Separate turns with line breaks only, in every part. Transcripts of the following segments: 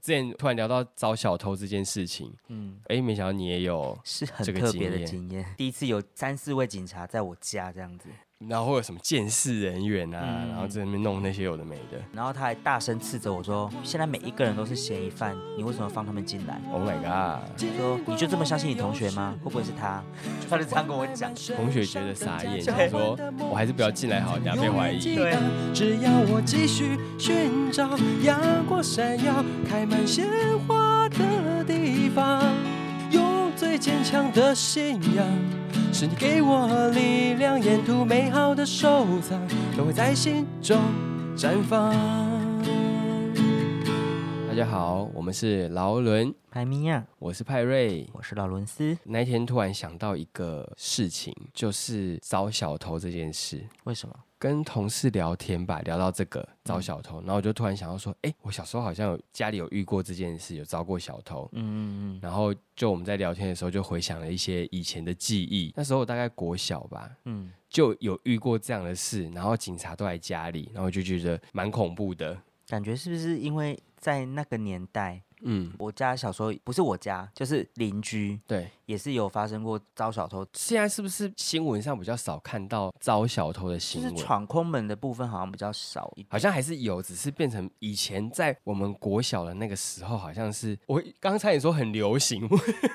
之前突然聊到找小偷这件事情，
嗯，
哎，没想到你也有，
是很
这个
特别
经
的
验
经验。第一次有三四位警察在我家这样子，
然后会有什么监视人员啊，
嗯
然后在那边弄那些有的没的。
然后他还大声斥责我说：“现在每一个人都是嫌疑犯，你为什么放他们进来
Oh my god！？”
说：“你就这么相信你同学吗？会不会是他？”他就这样跟我 讲。
同学觉得傻眼，想说我还是不要进来好，等下被怀疑。
对
只要我继续寻找阳光闪耀、开满鲜花的地方，用最坚强的信仰，是你给我力量，沿途美好的收藏都会在心中绽放。
大家好，我们是劳伦，
排米亚，
我是派瑞。
我是劳伦斯。
那一天突然想到一个事情，就是找小偷这件事。
为什么？
跟同事聊天吧，聊到这个找
嗯
小偷，然后我就突然想到说，哎、我小时候好像有家里有遇过这件事，有遭过小偷。
嗯嗯嗯
然后就我们在聊天的时候，就回想了一些以前的记忆。那时候我大概国小吧，
嗯，
就有遇过这样的事，然后警察都来家里，然后我就觉得蛮恐怖的。
感觉是不是因为在那个年代，
嗯，
我家小时候不是我家，就是邻居
对。
也是有发生过招小偷，
现在是不是新闻上比较少看到招小偷的
就
新
是
闻？
闯空门的部分好像比较少一点。
好像还是有，只是变成以前在我们国小的那个时候，好像是我刚才也说很流行，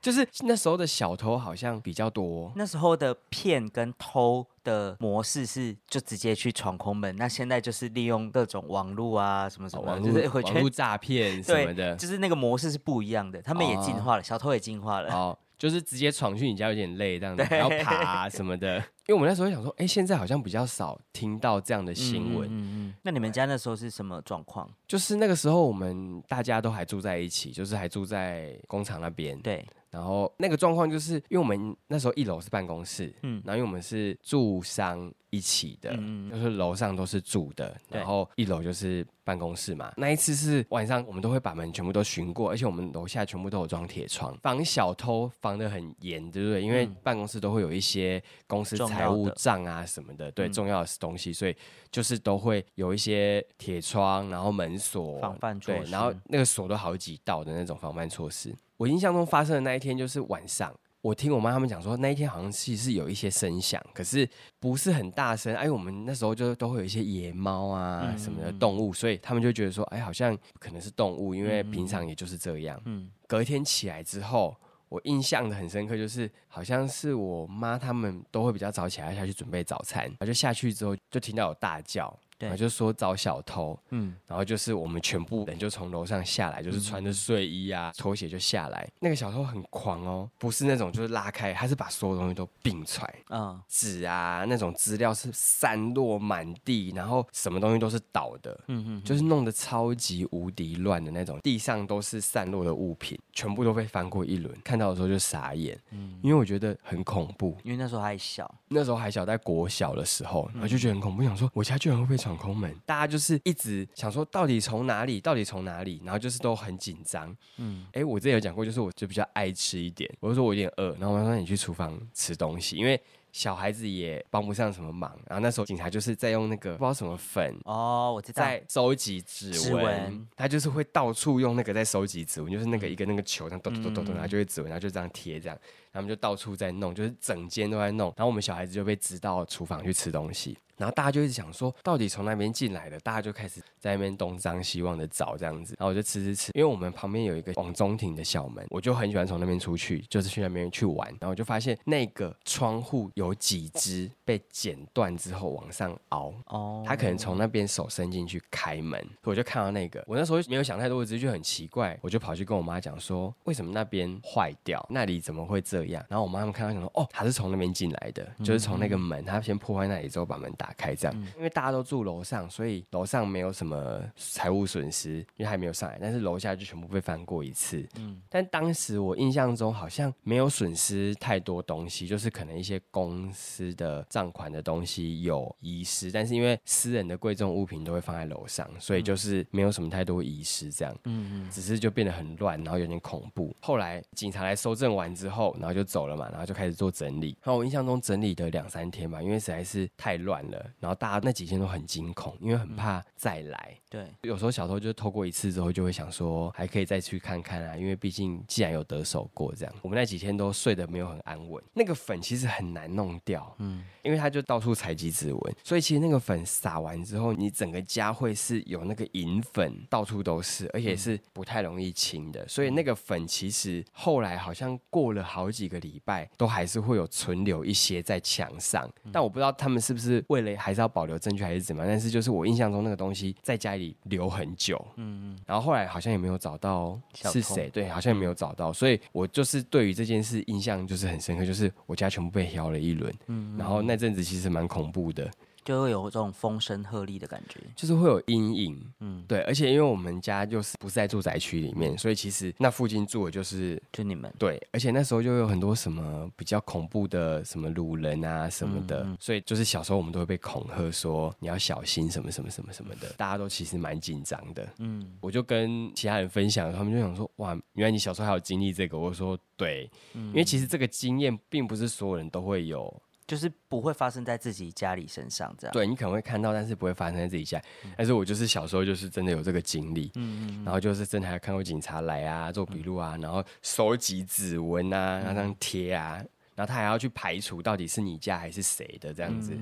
就是那时候的小偷好像比较多。
那时候的骗跟偷的模式是就直接去闯空门，那现在就是利用各种网络啊什么什
哦
么，
网
就是
络
我
网
觉
络
得
诈骗什么
对，
的
就是那个模式是不一样的，他们也进
哦
化了，小偷也进化了。
哦，就是直接闯去你家有点累这样子，
对
然后爬、什么的。因为我们那时候想说，哎、现在好像比较少听到这样的新闻。
嗯嗯嗯那你们家那时候是什么状况？
就是那个时候我们大家都还住在一起，就是还住在工厂那边。
对，
然后那个状况就是，因为我们那时候一楼是办公室，
嗯
然后因为我们是住商一起的，
嗯嗯
就是楼上都是住的，
对
然后一楼就是办公室嘛。那一次是晚上，我们都会把门全部都巡过，而且我们楼下全部都有装铁窗，防小偷防得很严，对不对？因为
嗯
办公室都会有一些公司
重
财
要
务
的
账啊什么的，对，
嗯
重要的东西，所以就是都会有一些铁窗，然后门锁，
防范措
对，然后
施
那个锁都好几道的那种防范措施。我印象中发生的那一天就是晚上，我听我妈他们讲说，那一天好像其实是有一些声响，可是不是很大声。哎，我们那时候就都会有一些野猫啊
嗯
什么的
嗯嗯
动物，所以他们就觉得说，哎，好像可能是动物，因为
嗯嗯
平常也就是这样。
嗯，
隔天起来之后。我印象的很深刻，就是好像是我妈他们都会比较早起来下去准备早餐，然后就下去之后就听到有大叫，
对
然后就说找小偷，
嗯，
然后就是我们全部人就从楼上下来，就是穿着睡衣啊、拖鞋就下来。那个小偷很狂哦，不是那种就是拉开，他是把所有东西都并出来，
嗯，
纸啊那种资料是散落满地，然后什么东西都是倒的，
嗯嗯，
就是弄得超级无敌乱的那种，地上都是散落的物品，全部都被翻过一轮。看到的时候就傻眼，
嗯
因为我觉得很恐怖。
因为那时候还小，
那时候还小，在国小的时候，然后就觉得很恐怖，想说我家居然会被闯空门。大家就是一直想说，到底从哪里，到底从哪里，然后就是都很紧张。
嗯，
哎、我之前有讲过，就是我就比较爱吃一点，我就说我有点饿，然后我妈说你去厨房吃东西，因为小孩子也帮不上什么忙。然后那时候警察就是在用那个不知道什么粉。
哦，我知道，
在收集指
指
纹
纹，
他就是会到处用那个在收集指纹，就是那个一个那个球，然后咚咚咚咚咚，
嗯
然后就会指纹，然后就这样贴这样，然后他们就到处在弄，就是整间都在弄，然后我们小孩子就被指到厨房去吃东西，然后大家就一直想说到底从那边进来的，大家就开始在那边东张西望的找这样子，然后我就吃吃吃，因为我们旁边有一个往中庭的小门，我就很喜欢从那边出去，就是去那边去玩，然后我就发现那个窗户有几只被剪断之后往上凹，
哦，
他可能从那边手伸进去开门，我就看到那个，我那时候没有想太多，我只是觉得很奇怪，我就跑去跟我妈讲说，为什么那边坏掉，那里怎么会这样？然后我妈他们看到想说，哦，他是从那边进来的，就是从那个门，他先破坏那里之后把门打开这样，因为大家都住楼上，所以楼上没有什么财务损失，因为还没有上来，但是楼下就全部被翻过一次，但当时我印象中好像没有损失太多东西，就是可能一些公司的账款的东西有遗失，但是因为私人的贵重物品都会放在楼上，所以就是没有什么太多遗失这样。
嗯嗯
只是就变得很乱，然后有点恐怖。后来警察来搜证完之后，然后就走了嘛，然后就开始做整理。然后我印象中整理的两三天吧，因为实在是太乱了，了，然后大家那几天都很惊恐，因为很怕再来。
对，
有时候小偷就是透过一次之后，就会想说还可以再去看看啊，因为毕竟既然有得手过这样，我们那几天都睡得没有很安稳。那个粉其实很难弄掉，
嗯，
因为它就到处采集指纹，所以其实那个粉撒完之后，你整个家会是有那个银粉到处都是，而且是不太容易清的。所以那个粉其实后来好像过了好几个礼拜，都还是会有存留一些在墙上，但我不知道他们是不是为了还是要保留证据还是怎么样。但是就是我印象中那个东西在家里留很久，
嗯嗯，
然后后来好像也没有找到
小
是
偷嗯
谁，对，好像也没有找到，所以我就是对于这件事印象就是很深刻，就是我家全部被摇了一轮，
嗯
然后那阵子其实蛮恐怖的，
就会有这种风声鹤唳的感觉。
就是会有阴影，
嗯，
对，而且因为我们家就是不是在住宅区里面，所以其实那附近住的就是
就你们
对，而且那时候就有很多什么比较恐怖的什么掳人啊什么的，
嗯
所以就是小时候我们都会被恐吓说你要小心什么什么什么什么的，大家都其实蛮紧张的。嗯，我就跟其他人分享，他们就想说哇，原来你小时候还有经历这个。我说对，因为其实这个经验并不是所有人都会有，
就是不会发生在自己家里身上这样。，
对你可能会看到，但是不会发生在自己家。但是我就是小时候就是真的有这个经历，
嗯嗯
然后就是真的还看过警察来啊，做笔录啊，然后收集指纹啊，然后这样贴啊，然后他还要去排除到底是你家还是谁的这样子。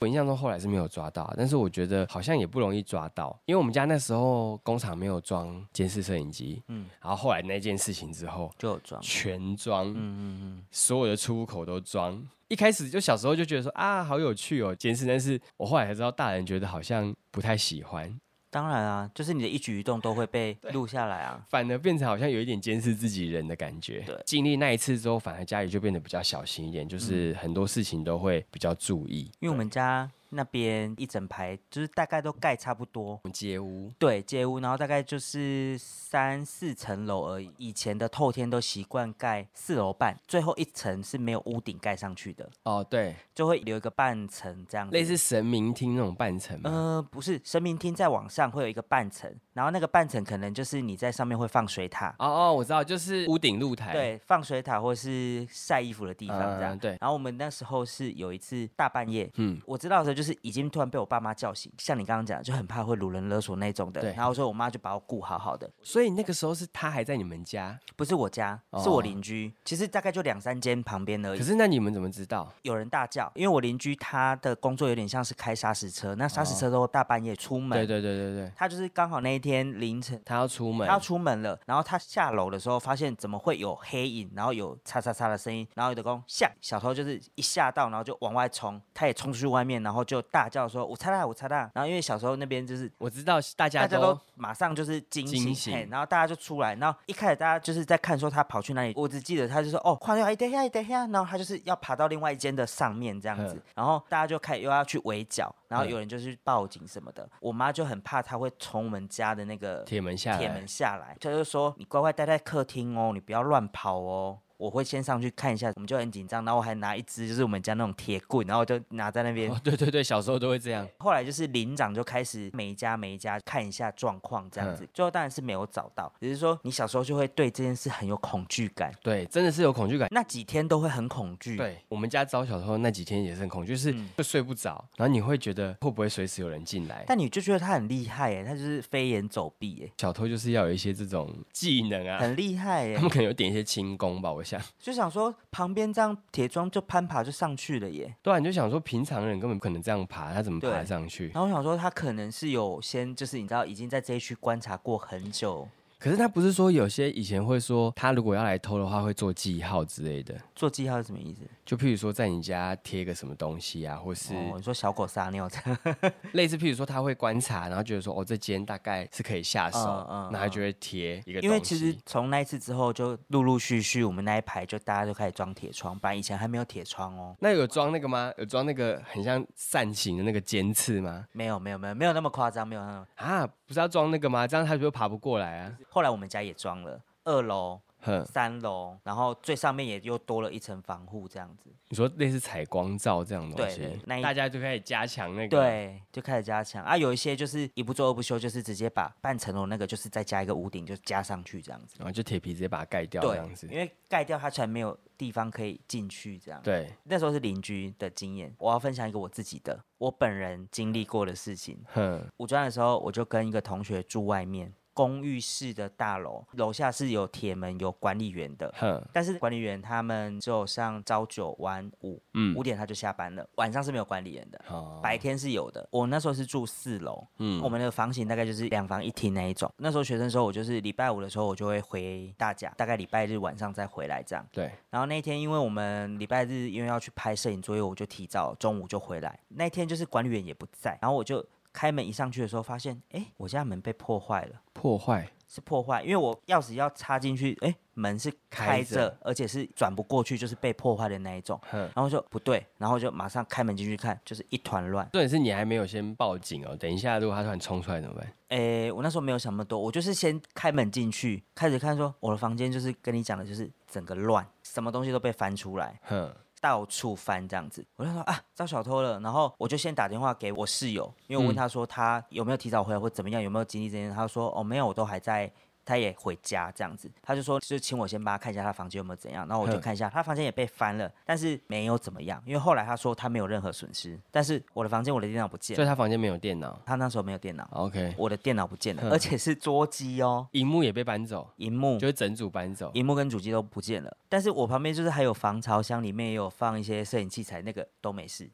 我印象中后来是没有抓到，啊但是我觉得好像也不容易抓到，因为我们家那时候工厂没有装监视摄影机，嗯，然后后来那件事情之后
就有装。
全装，
嗯嗯嗯，
所有的出入口都装。一开始就小时候就觉得说啊，好有趣哦，监视。但是我后来才知道，大人觉得好像不太喜欢，
当然啊，就是你的一举一动都会被录下来啊。
反而变成好像有一点监视自己人的感觉。
对嗯
经历那一次之后，反而家里就变得比较小心一点，就是很多事情都会比较注意。
因为我们家那边一整排就是大概都盖差不多，
我们街屋，
对，街屋，然后大概就是三四层楼而已。以前的透天都习惯盖四楼半，最后一层是没有屋顶盖上去的，
哦，对，
就会留一个半层这样子。
类似神明厅那种半层嘛。
呃，不是，神明厅再往上会有一个半层，然后那个半层可能就是你在上面会放水塔，
哦哦，我知道，就是屋顶露台。，
对，放水塔或是晒衣服的地方这样。
嗯对
然后我们那时候是有一次大半夜，
嗯，
我知道的时候就是已经突然被我爸妈叫醒，像你刚刚讲的，就很怕会掳人勒索那种的
对。
然后所以我妈就把我顾好好的，
所以那个时候是他还在你们家，
不是我家，是我
哦
邻居。其实大概就两三间旁边而已
可。是那你们怎么知道？
有人大叫，因为我邻居他的工作有点像是开砂石车，那砂石车都大半夜出
哦
门，
对对对对对，
他就是刚好那一天凌晨。
他要出门
他要，出门了，然后他下楼的时候发现怎么会有黑影，然后有嚓嚓嚓的声音，然后有的公吓小偷就是一吓到，然后就往外冲，他也冲出去外面，然后就大叫说：“我擦啦，我擦啦！”然后因为小时候那边就是
我知道大
大
家
家
都
都马上就是惊
惊
醒，
醒
嘿然后大家就出来，然后一开始大家就是在看说他跑去哪里，我只记得他就说哦，快点，哎等一下，哎等一下，然后他就是要爬到另外一间的上面这样子
嗯，
然后大家就开始又要去围剿，然后
嗯
有人就去报警什么的，我妈就很怕他会从我们家的那个
铁门下来，
铁门下来，她就说你乖乖待在客厅哦，你不要乱跑哦。我会先上去看一下，我们就很紧张，然后我还拿一支就是我们家那种铁棍，然后我就拿在那边
哦，对对对，小时候都会这样。
后来就是林长就开始每一家每一家看一下状况这
嗯
样子，最后当然是没有找到，只是说你小时候就会对这件事很有恐惧感，
对，真的是有恐惧感。
那几天都会很恐惧。，
对我们家招小偷那几天也是很恐惧，就是
嗯
就睡不着，然后你会觉得会不会随时有人进来？
但你就觉得他很厉害耶，他就是飞檐走壁耶，
小偷就是要有一些这种技能啊，
很厉害
他
耶，
们可能有点一些轻功吧，我想。
就想说旁边这样铁桩就攀爬就上去了耶。
对啊，你就想说平常人根本不可能这样爬，他怎么爬
对
上去？
然后我想说，他可能是有先，就是你知道，已经在这一区观察过很久，
可是他不是说有些以前会说，他如果要来偷的话会做记号之类的，
做记号是什么意思？
就譬如说在你家贴个什么东西啊，或是
哦，你说小狗撒尿这样，
类似譬如说他会观察，然后觉得说哦这间大概是可以下手，
嗯嗯
那他就会贴一个东西。
因为其实从那一次之后，就陆陆续续我们那一排就大家就开始装铁窗，本来以前还没有铁窗哦，
那有装那个吗？有装那个很像扇形的那个尖刺吗？
没有没有没有没有那么夸张，没有那么。
啊，不是要装那个吗？这样他就爬不过来啊。
后来我们家也装了，二楼
哼，
三楼，然后最上面也又多了一层防护，这样子。
你说类似采光罩这样的东
对
西
对，那一
大家就开始加强那个。，
对，就开始加强啊，有一些就是一不做二不休，就是直接把半层楼那个就是再加一个屋顶，就加上去这样子。
然后就铁皮直接把它盖掉这样子
对，因。为盖掉它才没有地方可以进去这样。
对，
那时候是邻居的经验，我要分享一个我自己的，我本人经历过的事情。
哼，
五专的时候，我就跟一个同学住外面公寓式的大楼，楼下是有铁门、有管理员的。
哼，
但是管理员他们只有上朝九晚五，
嗯哦
五，点他就下班了，晚上是没有管理员的，
好，
白天是有的。我那时候是住四楼，
嗯
我们的房型大概就是两房一厅那一种。那时候学生时候，我就是礼拜五的时候我就会回大甲，大概礼拜日晚上再回来这样。
对，
然后那一天，因为我们礼拜日因为要去拍摄影作业，我就提早中午就回来。那一天就是管理员也不在，然后我就开门一上去的时候，发现哎，诶我家门被破坏了，
破坏，
是破坏，因为我钥匙要插进去，哎，门是
开
开
着
着，而且是转不过去，就是被破坏的那一种。
哼。
然后就不对，然后就马上开门进去看，就是一团乱。
重点是你还没有先报警哦，等一下如果他突然冲出来怎么办？
诶，我那时候没有想那么多，我就是先开门进去，开始看说我的房间就是跟你讲的，就是整个乱，什么东西都被翻出来。
哼，
到处翻这样子，我就说啊，遭小偷了。然后我就先打电话给我室友，因
嗯
为我问他说他有没有提早回来或怎么样，有没有经历这件事。他说哦没有，我都还在，他也回家这样子。他就说就请我先帮他看一下他房间有没有怎样。然后我就
哼
看一下，他房间也被翻了，但是没有怎么样，因为后来他说他没有任何损失。但是我的房间我的电脑不见
所
了，
以他房间没有电脑
他那时候没有电脑，
，OK，
我的电脑不见
哼
了，而且是桌机哦，
荧幕也被搬走，
荧幕
嗯就是整组搬走。
荧幕跟主机都不见了，但是我旁边就是还有防潮箱，里面也有放一些摄影器材，那个都没事。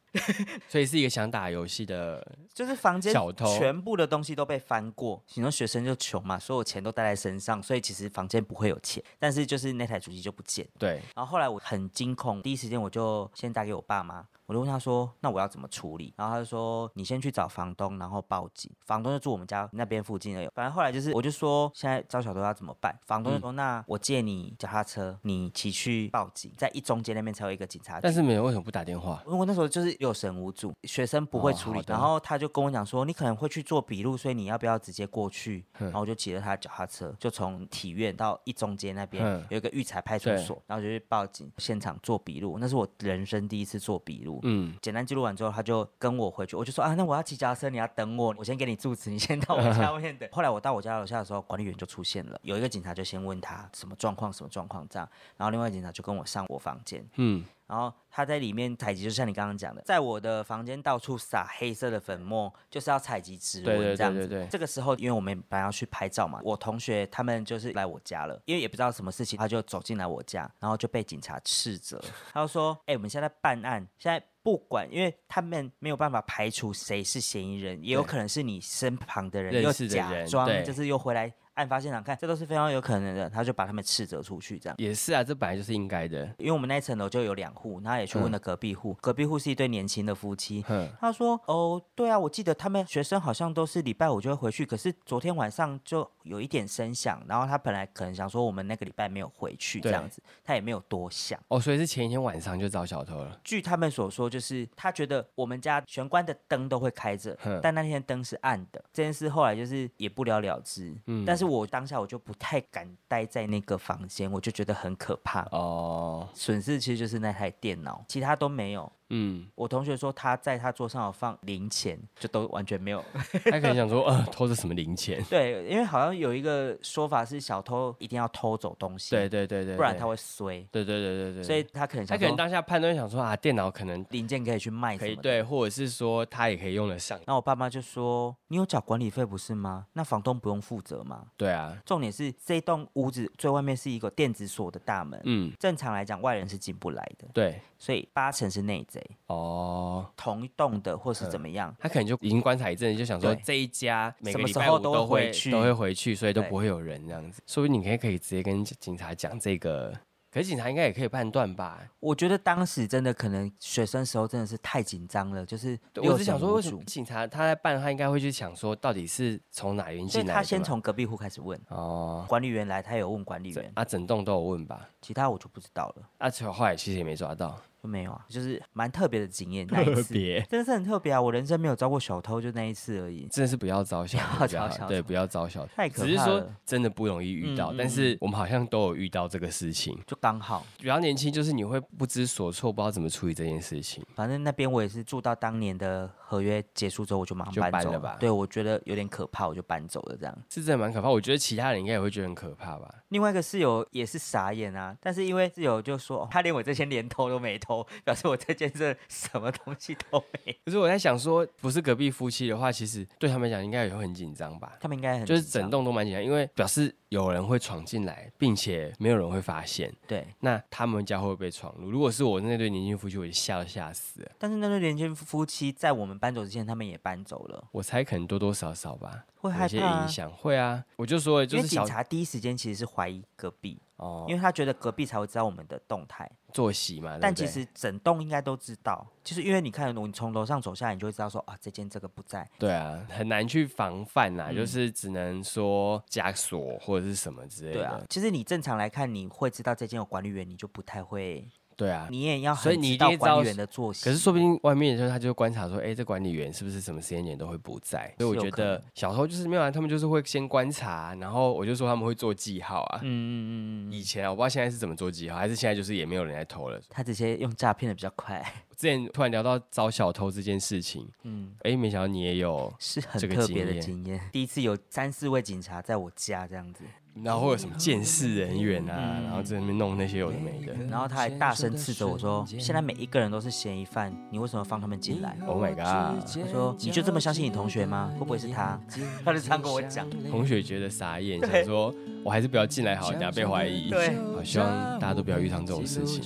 所以是一个想打游戏的，
就是房间
小偷
全部的东西都被翻过。你说学生就穷嘛，所有钱都带在身上，所以其实房间不会有钱，但是就是那台主机就不见。
对，
然后后来我很惊恐，第一时间我就先打给我爸妈，我就问他说：“那我要怎么处理？”然后他就说：“你先去找房东，然后报警。”房东就住我们家那边附近而已。反正后来就是，我就说现在招小偷要怎么办？房东就说：“那我借你脚踏车，你骑去报警，在一中街那边才有一个警察局。”
但是没有为什么不打电话？
因为我那时候就是有神无主，学生不会
哦
处
好
理，
的
然后他就跟我讲说，你可能会去做笔录，所以你要不要直接过去？然后我就骑着他的脚踏车，就从体院到一中街那边
嗯
有一个育才派出所，然后就去报警，现场做笔录，那是我人生第一次做笔录。
嗯，
简单记录完之后，他就跟我回去，我就说啊，那我要骑脚踏车，你要等我，我先给你住址，你先到我 家外面等。后来我到我家楼下的时候，管理员就出现了，有一个警察就先问他什么状况，什么状况这样，然后另外一个警察就跟我上我房间，
嗯，
然后他在里面采集，就像你刚刚讲的，在我的房间到处撒黑色的粉末，就是要采集指
对对
纹这样
对
子。
对对
这个时候，因为我们本来要去拍照嘛，我同学他们就是来我家了，因为也不知道什么事情，他就走进来我家，然后就被警察斥责，他就说：“哎、我们现在办案，现在。”不管，因为他们没有办法排除谁是嫌疑人，也有
对
可能是你身旁的人
认
又
识的
假
人
装
对，
就是又回来案发现场看，这都是非常有可能的。他就把他们斥责出去，这样。
也是啊，这本来就是应该的。
因为我们那一层楼就有两户，然后也去
嗯
问了隔壁户，隔壁户是一对年轻的夫妻。
哼，
他说：“哦，对啊，我记得他们学生好像都是礼拜五就会回去，可是昨天晚上就有一点声响，然后他本来可能想说我们那个礼拜没有回去
对
这样子，他也没有多想。
哦，所以是前一天晚上就找小偷了。
据他们所说，就是他觉得我们家玄关的灯都会开着
哼，
但那天灯是暗的。这件事后来就是也不了了之。
嗯
但是我当下我就不太敢待在那个房间，我就觉得很可怕。
哦，
损失其实就是那台电脑，其他都没有。
嗯，
我同学说他在他桌上有放零钱，就都完全 没有。
他可能想说， 呃，偷的什么零 钱？
对，因为好像有一个说法是小偷一定要偷走东西，
对对对对，
不然
对
他，会衰，
对对对对对，
所以他可能
他
想
可能
说
当下判断想说啊，电脑可能
零件可以去卖什
可以
么的。
对，或者是说他也可以用得上。
然后我爸妈就说：“你有缴管理费不是吗？那房东不用负责吗
对啊？”，
重点是这栋屋子最外面是一个电子锁的大门，
嗯，
正常来讲外人是进不来的，
对，
所以八成是内贼，
哦，
同一栋的或
呃
是怎么样，
他可能就已经观察一阵子，就想说
对
这一家每个礼
什么
拜
时候
五
都
都
会
会
回去
都会回去，所以都
对
不会有人这样子。说不定你可以可以直接跟警察讲这个，可是警察应该也可以判断吧？
我觉得当时真的可能学生时候真的是太紧张了，就是
对我是想说，为
六
什
神无
么
主
警察他在办，他应该会去想说到底是从哪边
所以
进来的嘛？
他先从隔壁户开始问
哦，
管理员来，他有问管理员，
啊，整栋都有问吧？
其他我就不知道了。
啊，其实后来其实也没抓到，
就没有啊，就是蛮特别的经验。那一
特
次
别。
真的是很特别啊！我人生没有遭过小偷，就那一次而已。
真的是不要招小偷，比
不要
较
招
好
小
对，
偷
不要招小偷。
太可
只是
怕
说
了
真的不容易遇到，
嗯嗯
但是我们好像都有遇到这个事情。
就刚好，
比较年轻，就是你会不知所措，不知道怎么处理这件事情。
反正那边我也是住到当年的合约结束之后，我就马
就
上搬
搬
走
了吧
对，我觉得有点可怕，我就搬走了这样。
是真的蛮可怕。我觉得其他人应该也会觉得很可怕吧？
另外一个室友也是傻眼啊，但是因为室友就说、哦他连我这些连偷都没偷，表示我这件事什么东西都没。
可是我在想说，不是隔壁夫妻的话，其实对他们来讲应该也会很紧张吧？
他们应该很
就是
紧张
整栋都蛮紧张，因为表示有人会闯进来，并且没有人会发现，
对，
那他们家会不会被闯入？如果是我那对年轻夫妻，我就吓都吓死了。
但是那对连襟夫妻在我们搬走之前，他们也搬走了，
我猜可能多多少少吧，
会
有
害
一些
怕啊、
影响。会啊，我就说了就
因为
是
警
小
察第一时间其实是怀疑隔壁，
哦
因为他觉得隔壁才会知道我们的动态，
作息嘛，
但
对
其
不对
实整栋应该都知道，就是因为你看，你从楼上走下来，你就会知道说啊，这间这个不在，
对啊，很难去防范呐、
嗯
就是只能说枷锁或者是什么之类的。
对啊。其实你正常来看，你会知道这间有管理员，你就不太会，
对啊，
你也要
所以
很
你一
知
定
道
知
管
道
理员
是
的作息。
可是说不定外面就是他就观察说，哎、这管理员是不是什么时间点都会不在？所以我
是
觉
有可能
得小偷就是没有啊，他们就是会先观察，然后我就说他们会做记号啊。
嗯，嗯嗯嗯嗯，
以前啊，我不知道现在是怎么做记号，还是现在就是也没有人来偷了。
他直接用诈骗的比较快，
之前突然聊到招小偷这件事情，
嗯，
哎、没想到你也有，
是很
这个
特别
经
的
验
经验。第一次有三四位警察在我家这样子，
然后会有什么监视人员
嗯
啊，然后在那边弄那些有的没嗯的。
然后他还大声斥责我说：“现在每一个人都是嫌疑犯，你为什么放他们进来？”
Oh my god！
他说：“你就这么相信你同学吗？会不会是他？”他就这样跟我讲。
同学觉得傻眼，想说我还是不要进来好，等下被怀疑。
对
好，希望大家都不要遇上这种事情。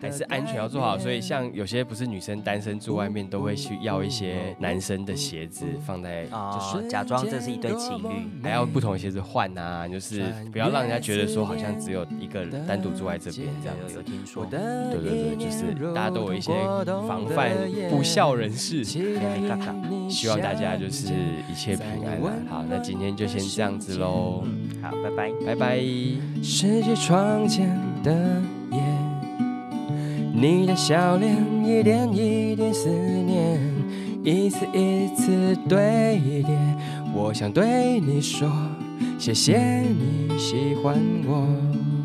还是安全要做好，所以像有些不是女生单身住外面，都会去要一些男生的鞋子放在，
哦，假装这是一对情侣，
还要不同的鞋子换啊，就是不要让人家觉得说好像只有一个人单独住在这边这样
有
子
有。听说？
对对对，就是大家都有一些防范不孝人士，
没看到。
希望大家就是一切平安啦。好，那今天就先这样子喽，
嗯，好，拜拜。
拜拜。
拾起窗前的夜，你的笑脸一点一点思念，一次一次堆叠。我想对你说，谢谢你喜欢我。